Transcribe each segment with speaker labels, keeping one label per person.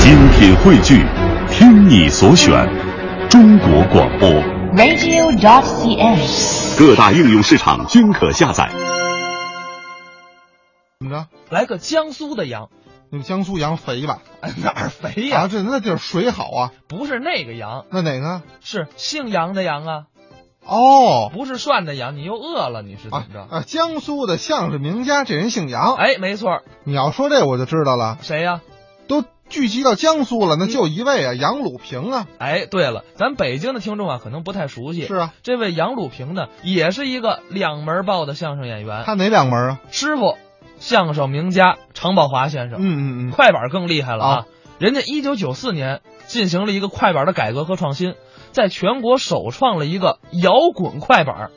Speaker 1: 精品汇聚，听你所选，中国广播。
Speaker 2: radio.cn。
Speaker 1: 各大应用市场均可下载。
Speaker 3: 怎么着？
Speaker 4: 来个江苏的 羊，
Speaker 3: 那个江苏羊肥吧？
Speaker 4: 哪儿肥
Speaker 3: 啊，这那地儿水好啊。
Speaker 4: 不是那个羊，
Speaker 3: 那哪个？
Speaker 4: 是姓杨的羊啊，
Speaker 3: 哦，
Speaker 4: 不是涮的羊。你又饿了，你是怎
Speaker 3: 啊
Speaker 4: 么着？
Speaker 3: 啊，江苏的相声名家，这人姓杨。
Speaker 4: 哎，没错儿，
Speaker 3: 你要说这我就知道了，
Speaker 4: 谁呀、
Speaker 3: 都聚集到江苏
Speaker 4: 嗯
Speaker 3: 了，那就一位啊，杨鲁平啊。
Speaker 4: 哎，对了，咱北京的听众啊，可能不太熟悉。
Speaker 3: 是啊，
Speaker 4: 这位杨鲁平呢，也是一个两门儿报的相声演员，
Speaker 3: 他哪两门啊？
Speaker 4: 师傅相声名家常宝华先生。
Speaker 3: 嗯嗯嗯，
Speaker 4: 快板更厉害了
Speaker 3: 啊
Speaker 4: 啊！人家一九九四年进行了一个快板的改革和创新，在全国首创了一个摇滚快板，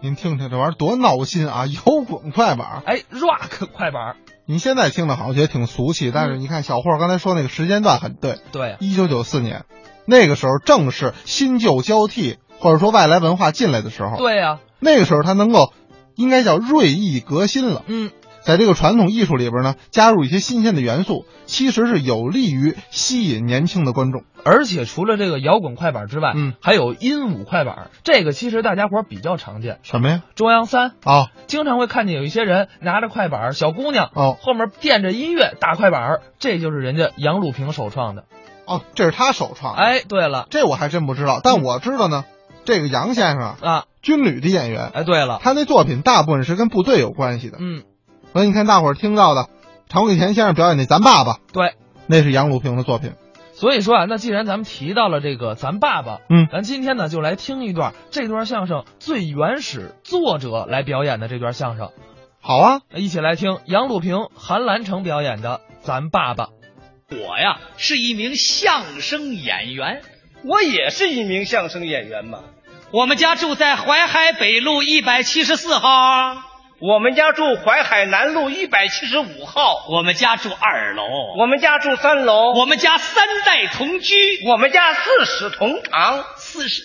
Speaker 3: 您听听这玩意儿多闹心啊！ 摇滚快板，
Speaker 4: 哎，rock 快板。
Speaker 3: 您现在听着好像觉得挺俗气，但是你看小霍刚才说那个时间段很对，
Speaker 4: 对，啊
Speaker 3: 一九九四年，那个时候正是新旧交替，或者说外来文化进来的时候。
Speaker 4: 对啊呀、
Speaker 3: 那个时候他能够应该叫锐意革新了，
Speaker 4: 嗯，
Speaker 3: 在这个传统艺术里边呢，加入一些新鲜的元素，其实是有利于吸引年轻的观众。
Speaker 4: 而且除了这个摇滚快板之外，
Speaker 3: 嗯，
Speaker 4: 还有音舞快板，这个其实大家伙儿比较常见。
Speaker 3: 什么呀？
Speaker 4: 中央三
Speaker 3: 哦
Speaker 4: 经常会看见有一些人拿着快板，小姑娘
Speaker 3: 哦
Speaker 4: 后面垫着音乐打快板，这就是人家杨鲁平首创的。
Speaker 3: 哦，这是他首创，，
Speaker 4: 哎，嗯对了
Speaker 3: 这我还真不知道。但我知道呢，这个杨先生啊，
Speaker 4: 啊，
Speaker 3: 军旅的演员，
Speaker 4: 哎，对了，
Speaker 3: 他那作品大部分是跟部队有关系的。
Speaker 4: 嗯，
Speaker 3: 所以你看大伙儿听到的常贵田先生表演那《咱爸爸》，
Speaker 4: 对，
Speaker 3: 那是杨鲁平的作品。
Speaker 4: 所以说啊，那既然咱们提到了这个咱爸爸，
Speaker 3: 嗯
Speaker 4: 咱今天呢就来听一段这段相声最原始作者来表演的这段相声，
Speaker 3: 好啊，
Speaker 4: 一起来听杨鲁平、韩兰成表演的《咱爸爸》。
Speaker 5: 我呀是一名相声演员，
Speaker 6: 我也是一名相声演员嘛。
Speaker 5: 我们家住在淮海北路一百七十四号，
Speaker 6: 我们家住淮海南路一百七十五号，
Speaker 5: 我们家住二楼，
Speaker 6: 我们家住三楼，
Speaker 5: 我们家三代同居，
Speaker 6: 我们家四室同堂。
Speaker 5: 四十。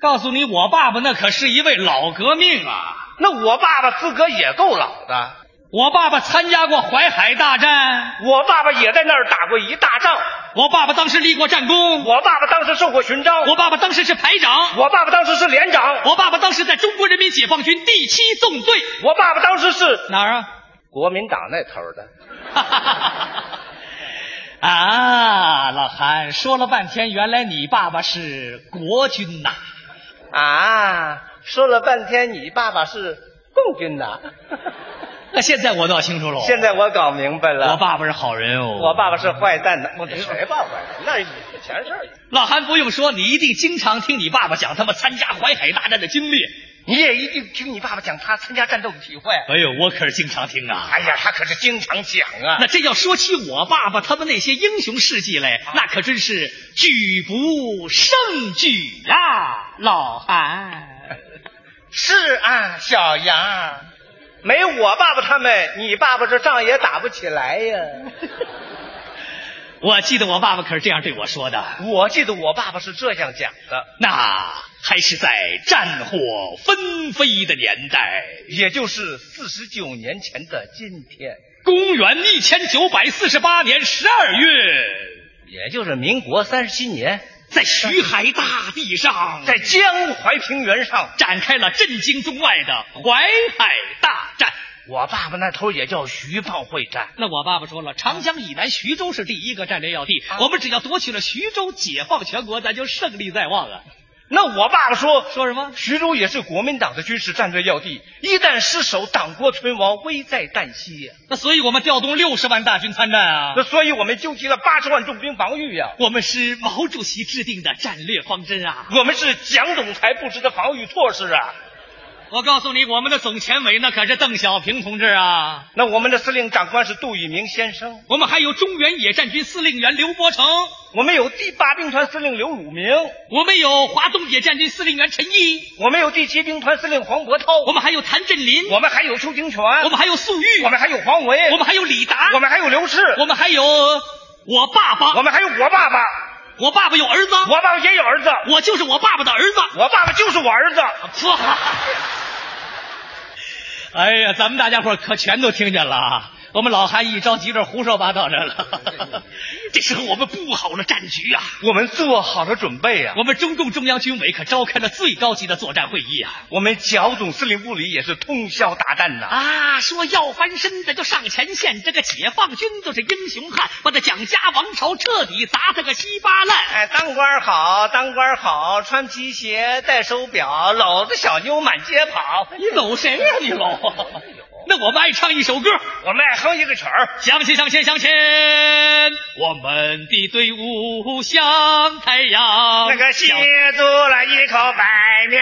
Speaker 5: 告诉你，我爸爸那可是一位老革命啊！
Speaker 6: 那我爸爸资格也够老的，
Speaker 5: 我爸爸参加过淮海大战，
Speaker 6: 我爸爸也在那儿打过一大仗。
Speaker 5: 我爸爸当时立过战功，
Speaker 6: 我爸爸当时受过勋章，
Speaker 5: 我爸爸当时是排长，
Speaker 6: 我爸爸当时是连长，
Speaker 5: 我爸爸当时在中国人民解放军第七纵队
Speaker 6: 我爸爸当时是
Speaker 5: 哪儿啊？
Speaker 6: 国民党那头的。
Speaker 5: 哈哈 哈哈 啊，老韩，说了半天，原来你爸爸是国军呐！
Speaker 6: 啊，说了半天你爸爸是共军 呐，
Speaker 5: 那现在我倒清楚了，
Speaker 6: 现在我搞明白了，
Speaker 5: 我爸爸是好人哦。
Speaker 6: 我爸爸是坏蛋呐，我给谁爸爸呀？那是你的前事儿。
Speaker 5: 老韩不用说，你一定经常听你爸爸讲他们参加淮海大战的经历。
Speaker 6: 你也一定听你爸爸讲他参加战斗的体会。
Speaker 5: 哎呦，我可是经常听啊。
Speaker 6: 哎呀，他可是经常讲啊
Speaker 5: 那。真要说起我爸爸他们那些英雄事迹来，那可真是举不胜举啊，老 韩。
Speaker 6: 是啊，小杨，没我爸爸他们，你爸爸这仗也打不起来呀。
Speaker 5: 我记得我爸爸可是这样对我说的。
Speaker 6: 我记得我爸爸是这样讲的，
Speaker 5: 那还是在战火纷飞的年代，
Speaker 6: 也就是四十九年前的今天，
Speaker 5: 公元一千九百四十八年十二月，
Speaker 6: 也就是民国三十七年，
Speaker 5: 在徐海大地上，
Speaker 6: 在江淮平原上，
Speaker 5: 展开了震惊中外的淮海大战。
Speaker 6: 我爸爸那头也叫徐蚌会战。
Speaker 5: 那我爸爸说了，长江以南徐州是第一个战略要地，
Speaker 6: 啊
Speaker 5: 我们只要夺取了徐州，解放全国，咱就胜利在望啊！
Speaker 6: 那我爸爸说，
Speaker 5: 说什么？
Speaker 6: 徐州也是国民党的军事战略要地，一旦失守，党国存亡危在旦夕呀、
Speaker 5: 那所以我们调动六十万大军参战啊
Speaker 6: 那！所以我们纠集了八十万重兵防御呀、
Speaker 5: 我们是毛主席制定的战略方针啊！
Speaker 6: 我们是蒋总裁布置的防御措施啊。
Speaker 5: 我告诉你，我们的总前委那可是邓小平同志啊！
Speaker 6: 那我们的司令长官是杜聿明先生，
Speaker 5: 我们还有中原野战军司令员刘伯承，
Speaker 6: 我们有第八兵团司令刘汝明，
Speaker 5: 我们有华东野战军司令员陈毅，
Speaker 6: 我们有第七兵团司令黄伯韬，
Speaker 5: 我们还有谭震林，
Speaker 6: 我们还有邱清泉，
Speaker 5: 我们还有粟裕，
Speaker 6: 我们还有黄维，
Speaker 5: 我们还有李达，
Speaker 6: 我们还有刘氏，
Speaker 5: 我们还有我爸爸，
Speaker 6: 我们还有我爸爸，
Speaker 5: 我爸爸有儿子，
Speaker 6: 我爸爸也有儿子，
Speaker 5: 我就是我爸爸的儿子。
Speaker 6: 我爸爸就是我儿子。
Speaker 5: 说， 哎呀，咱们大家伙儿可全都听见了啊。我们老韩一着急，这胡说八道这 了，这是我们布好了战局啊！
Speaker 6: 我们做好了准备啊！
Speaker 5: 我们中共中央军委可召开了最高级的作战会议啊！
Speaker 6: 我们剿总司令部里也是通宵达旦呐、
Speaker 5: 啊，说要翻身的就上前线，这个解放军就是英雄汉，把这蒋家王朝彻底砸他个稀巴烂。
Speaker 6: 哎，当官儿好，当官儿好，穿皮鞋，戴手表，搂着小妞满街跑。
Speaker 5: 你搂谁呀、你 搂？那我们爱唱一首歌，
Speaker 6: 我们爱哼一个曲儿，
Speaker 5: 向前，向前，向前，我们的队伍向太阳。
Speaker 6: 那个吸足了一口白面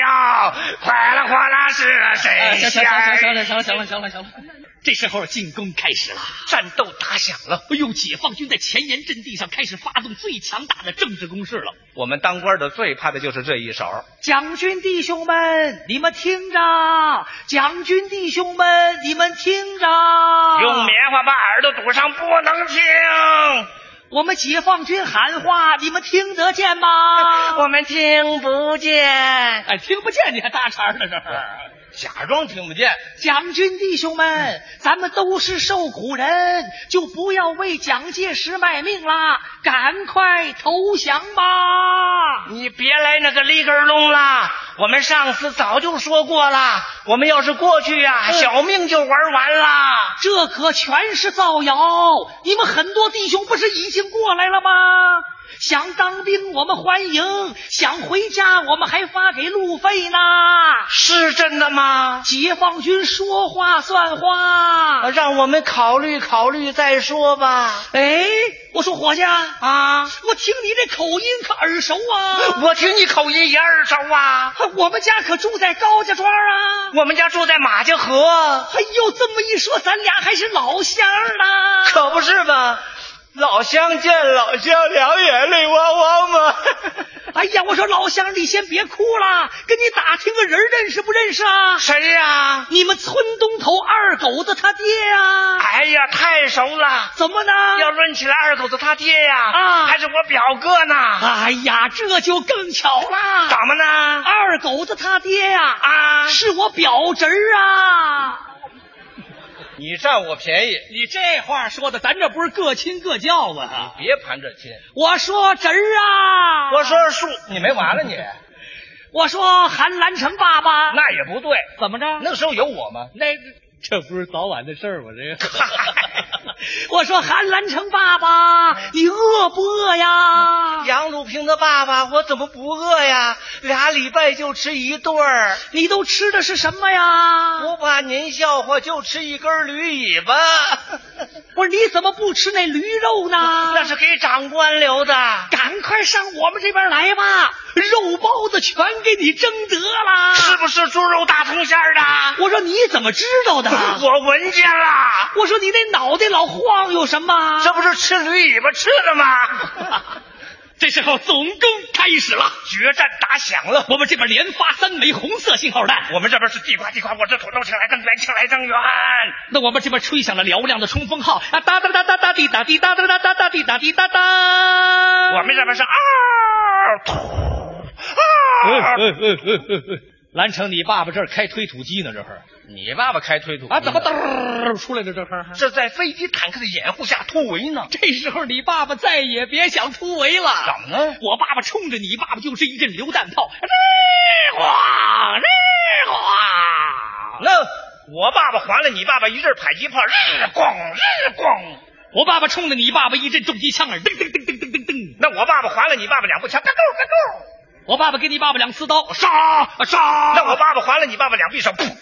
Speaker 6: 药，哗啦哗啦是
Speaker 5: 哎
Speaker 6: 谁
Speaker 5: 行
Speaker 6: 先？
Speaker 5: 行行行行了行了行了行了行了行了，这时候进攻开始了，
Speaker 6: 战斗打响了，
Speaker 5: 哎呦，解放军在前沿阵地上开始发动最强大的政治攻势了。
Speaker 6: 我们当官的最怕的就是这一手。
Speaker 5: 将军弟兄们，你们听着！将军弟兄们，你们听着！哦
Speaker 6: 用棉花把耳朵堵上，不能听。
Speaker 5: 我们解放军喊话，你们听得见 吗？
Speaker 6: 我们听不见，
Speaker 5: 哦哎，听不见你还搭茬呢这儿。
Speaker 6: 假装听不见。
Speaker 5: 将军弟兄们，咱们都是受苦人，就不要为蒋介石卖命啦！赶快投降吧！
Speaker 6: 你别来那个里根窿啦！我们上次早就说过啦，我们要是过去呀、小命就玩完啦。
Speaker 5: 嗯这可全是造谣！你们很多弟兄不是已经过来了吗？想当兵我们欢迎，想回家我们还发给路费呢。
Speaker 6: 是真的吗？啊
Speaker 5: 解放军说话算话。
Speaker 6: 让我们考虑考虑再说吧。
Speaker 5: 哎，我说伙计啊，
Speaker 6: 啊，
Speaker 5: 我听你这口音可耳熟啊！
Speaker 6: 我听你口音也耳熟啊。
Speaker 5: 啊我们家可住在高家庄啊！
Speaker 6: 我们家住在马家河，
Speaker 5: 哎呦，这么一说，咱俩还是老乡儿啦！
Speaker 6: 可不是嘛。老乡见老乡，两眼泪汪汪嘛。
Speaker 5: 哎呀，我说老乡儿，你先别哭啦，跟你打听个人儿认识不认识啊？
Speaker 6: 谁呀、
Speaker 5: 你们村东头二狗子他爹呀、
Speaker 6: 哎呀，太熟了。
Speaker 5: 怎么呢？
Speaker 6: 要论起来，二狗子他爹呀、
Speaker 5: 啊
Speaker 6: 还是我表哥呢。
Speaker 5: 哎呀，这就更巧啦！
Speaker 6: 怎么呢？
Speaker 5: 二狗子他爹呀、
Speaker 6: 啊
Speaker 5: 啊是我表侄儿啊！
Speaker 6: 你占我便宜，
Speaker 5: 你这话说的，咱这不是各亲各教吗？
Speaker 6: 别盘这亲。
Speaker 5: 我说侄儿啊，
Speaker 6: 我说树，你没完了你，
Speaker 5: 我说韩兰成爸爸，
Speaker 6: 那也不对。
Speaker 5: 怎么着？
Speaker 6: 那个时候有我吗？
Speaker 5: 那这不是早晚的事儿吗？这 个，我说韩兰成爸爸，你饿不饿呀？
Speaker 6: 杨鲁平的爸爸，我怎么不饿呀？俩礼拜就吃一顿儿，
Speaker 5: 你都吃的是什么呀？
Speaker 6: 不怕您笑话，就吃一根驴尾巴，
Speaker 5: 不是，你怎么不吃那驴肉呢？
Speaker 6: 那是给长官留的。
Speaker 5: 赶快上我们这边来吧，肉包子全给你蒸得啦！
Speaker 6: 是不是猪肉大葱馅儿的？
Speaker 5: 我说你怎么知道 的？
Speaker 6: 我闻见了，
Speaker 5: 我说你那脑袋老晃悠什么？
Speaker 6: 这不是吃驴尾巴吃的吗？
Speaker 5: 这时候总攻 开始了，
Speaker 6: 决战打响了，
Speaker 5: 我们这边连发三枚红色信号弹。
Speaker 6: 我们这边是地瓜地瓜，我这土豆请来增援，请来增援。
Speaker 5: 那我们这边吹响了嘹亮的冲锋号啊，哒哒哒哒哒滴哒滴哒哒哒哒哒滴哒滴哒哒。
Speaker 6: 我们这边是
Speaker 5: 哎
Speaker 6: 嗷突嗷。
Speaker 5: 兰城，你爸爸这儿开推土机呢，这是
Speaker 6: 你爸爸开推土
Speaker 5: 啊，怎么嘚儿出来的这是？
Speaker 6: 这在飞机坦克的掩护下突围呢？
Speaker 5: 这时候你爸爸再也别想突围了。
Speaker 6: 怎么呢？
Speaker 5: 啊我爸爸冲着你爸爸就是一阵榴弹炮，啊这哎哗这哗。
Speaker 6: 那我爸爸还了你爸爸一阵迫击炮，日咣日咣。
Speaker 5: 我爸爸冲着你爸爸一阵重机枪啊耳，噔噔噔噔噔噔噔。
Speaker 6: 那我爸爸还了你爸爸两步枪，咯咯咯咯。
Speaker 5: 我爸爸给你爸爸两刺刀，杀啊杀。
Speaker 6: 那我爸爸还了你爸爸两匕首，噗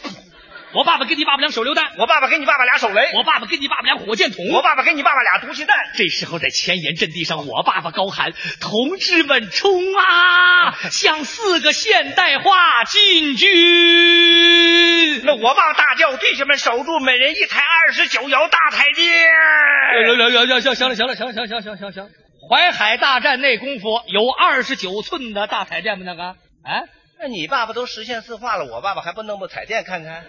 Speaker 5: 我爸爸给你爸爸两手榴弹，
Speaker 6: 我爸爸给你爸爸俩手雷，
Speaker 5: 我爸爸给你爸爸两火箭筒，
Speaker 6: 我爸爸给你爸爸俩毒气弹。
Speaker 5: 这时候在前沿阵地上，我爸爸高喊：“同志们冲啊！ 向四个现代化进 军！”
Speaker 6: 那我爸爸大叫：“弟兄们守住，每人一台二十九窑大台
Speaker 5: 哎
Speaker 6: 阶。
Speaker 5: 行行了行了行了行了行了行了行了行了。淮海大战那功夫有二十九寸的大彩电吗？那个啊？”
Speaker 6: 那你爸爸都实现四化了，我爸爸还不弄部彩电看看？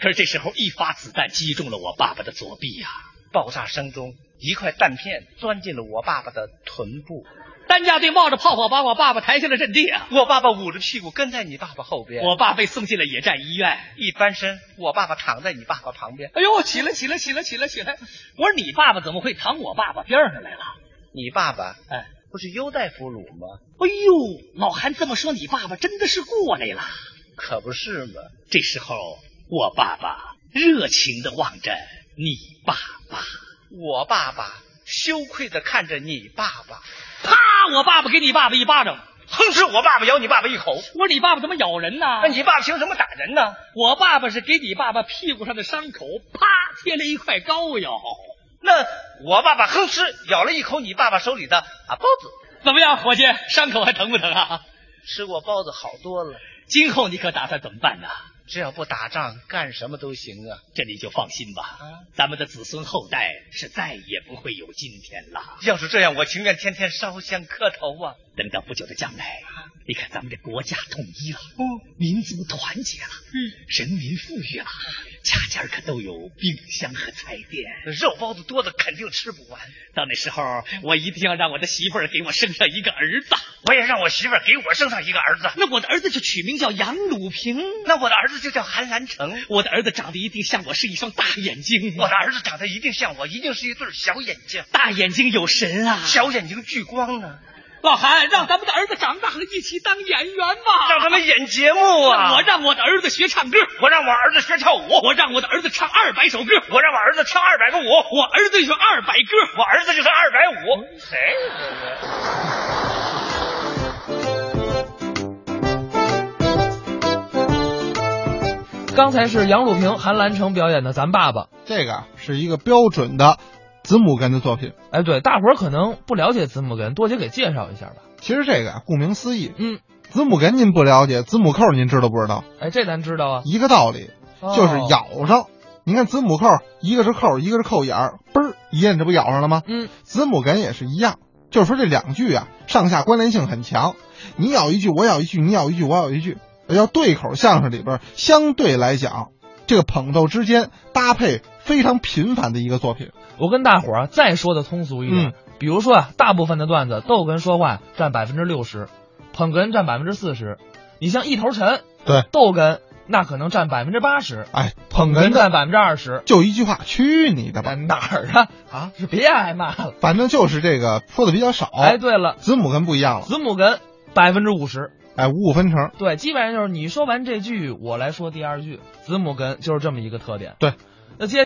Speaker 5: 可是这时候一发子弹击中了我爸爸的左臂呀、
Speaker 6: 爆炸声中，一块弹片钻进了我爸爸的臀部。
Speaker 5: 啊！担架队冒着泡泡把我爸爸抬下了阵地啊！
Speaker 6: 我爸爸捂着屁股跟在你爸爸后边，
Speaker 5: 我爸被送进了野战医院。
Speaker 6: 一翻身，我爸爸躺在你爸爸旁边，
Speaker 5: 哎呦，起来起来起来起来起来！我说你爸爸怎么会躺我爸爸边上来了？
Speaker 6: 你爸爸
Speaker 5: 哎
Speaker 6: 不是优待俘虏吗？
Speaker 5: 哎呦，老韩这么说，你爸爸真的是过来了。
Speaker 6: 可不是嘛，
Speaker 5: 这时候，我爸爸热情的望着你爸爸，
Speaker 6: 我爸爸羞愧的看着你爸爸，
Speaker 5: 啪！我爸爸给你爸爸一巴掌。
Speaker 6: 哼哧，我爸爸咬你爸爸一口，
Speaker 5: 我说你爸爸怎么咬人呢？
Speaker 6: 那你爸爸凭什么打人呢？
Speaker 5: 我爸爸是给你爸爸屁股上的伤口啪贴了一块膏药，
Speaker 6: 那我爸爸哼哧咬了一口你爸爸手里的啊包子，
Speaker 5: 怎么样，伙计？伤口还疼不疼啊？
Speaker 6: 吃过包子好多了，
Speaker 5: 今后你可打算怎么办呢？
Speaker 6: 只要不打仗，干什么都行啊。
Speaker 5: 这你就放心吧，
Speaker 6: 啊
Speaker 5: 咱们的子孙后代是再也不会有今天了。
Speaker 6: 要是这样，我情愿天天烧香磕头啊。
Speaker 5: 等到不久的将来，你看咱们的国家统一了，民族团结了，嗯，人民富裕
Speaker 6: 啊
Speaker 5: 了，家家可都有冰箱和彩电。
Speaker 6: 肉包子多的肯定吃不完，
Speaker 5: 到那时候，我一定要让我的媳妇儿给我生上一个儿子，
Speaker 6: 我也让我媳妇儿给我生上一个儿子，
Speaker 5: 那我的儿子就取名叫杨鲁平。
Speaker 6: 那我的儿子就叫韩兰成，
Speaker 5: 我的儿子长得一定像我是一双大眼睛，
Speaker 6: 我的儿子长得一定像我，一定是一对小眼睛，
Speaker 5: 大眼睛有神啊！
Speaker 6: 小眼睛聚光啊呢，
Speaker 5: 老韩，让咱们的儿子长大了一起当演员吧！
Speaker 6: 让他们演节目啊！
Speaker 5: 我啊让我的儿子学唱歌，
Speaker 6: 我让我儿子学跳舞，
Speaker 5: 我让我的儿子唱二百首歌，
Speaker 6: 我让我儿子跳二百个舞，
Speaker 5: 我儿子有二百歌。
Speaker 6: 我儿子就是二百五。谁？
Speaker 4: 刚才是杨鲁平、韩兰成表演的《咱爸爸》。
Speaker 3: 这个啊是一个标准的子母哏的作品。
Speaker 4: 哎，对，大伙儿可能不了解子母哏，多姐给介绍一下吧。
Speaker 3: 其实这个啊，顾名思义，
Speaker 4: 嗯，
Speaker 3: 子母哏您不了解，子母扣您知道不知道？
Speaker 4: 哎，这咱知道啊，
Speaker 3: 一个道理， 就是
Speaker 4: 哦。
Speaker 3: 咬上。您看子母扣，一个是扣，一个是扣眼儿，嘣儿一摁，这不咬上了吗？
Speaker 4: 嗯，
Speaker 3: 子母哏也是一样，就是说这两句啊，上下关联性很强，你咬一句，我咬一句，你咬一句，我咬一句。要对口相声里边，相对来讲，这个捧逗之间搭配非常频繁的一个作品。
Speaker 4: 我跟大伙儿啊再说的通俗一点，
Speaker 3: 嗯
Speaker 4: 比如说啊，大部分的段子逗哏说话占百分之六十，捧哏占百分之四十。你像一头沉，
Speaker 3: 对，
Speaker 4: 逗哏那可能占百分之八十，
Speaker 3: 哎，捧哏
Speaker 4: 哏
Speaker 3: 的
Speaker 4: 占百分之二十。
Speaker 3: 就一句话，去你的吧！
Speaker 4: 哪儿啊？啊，是别挨骂了。
Speaker 3: 反正就是这个说的比较少。
Speaker 4: 哎，，对了，
Speaker 3: 子母哏不一样了，
Speaker 4: 子母哏百分之五十，
Speaker 3: 哎，五五分成。
Speaker 4: 对，基本上就是你说完这句，我来说第二句，子母哏就是这么一个特点。
Speaker 3: 对，
Speaker 4: 那接。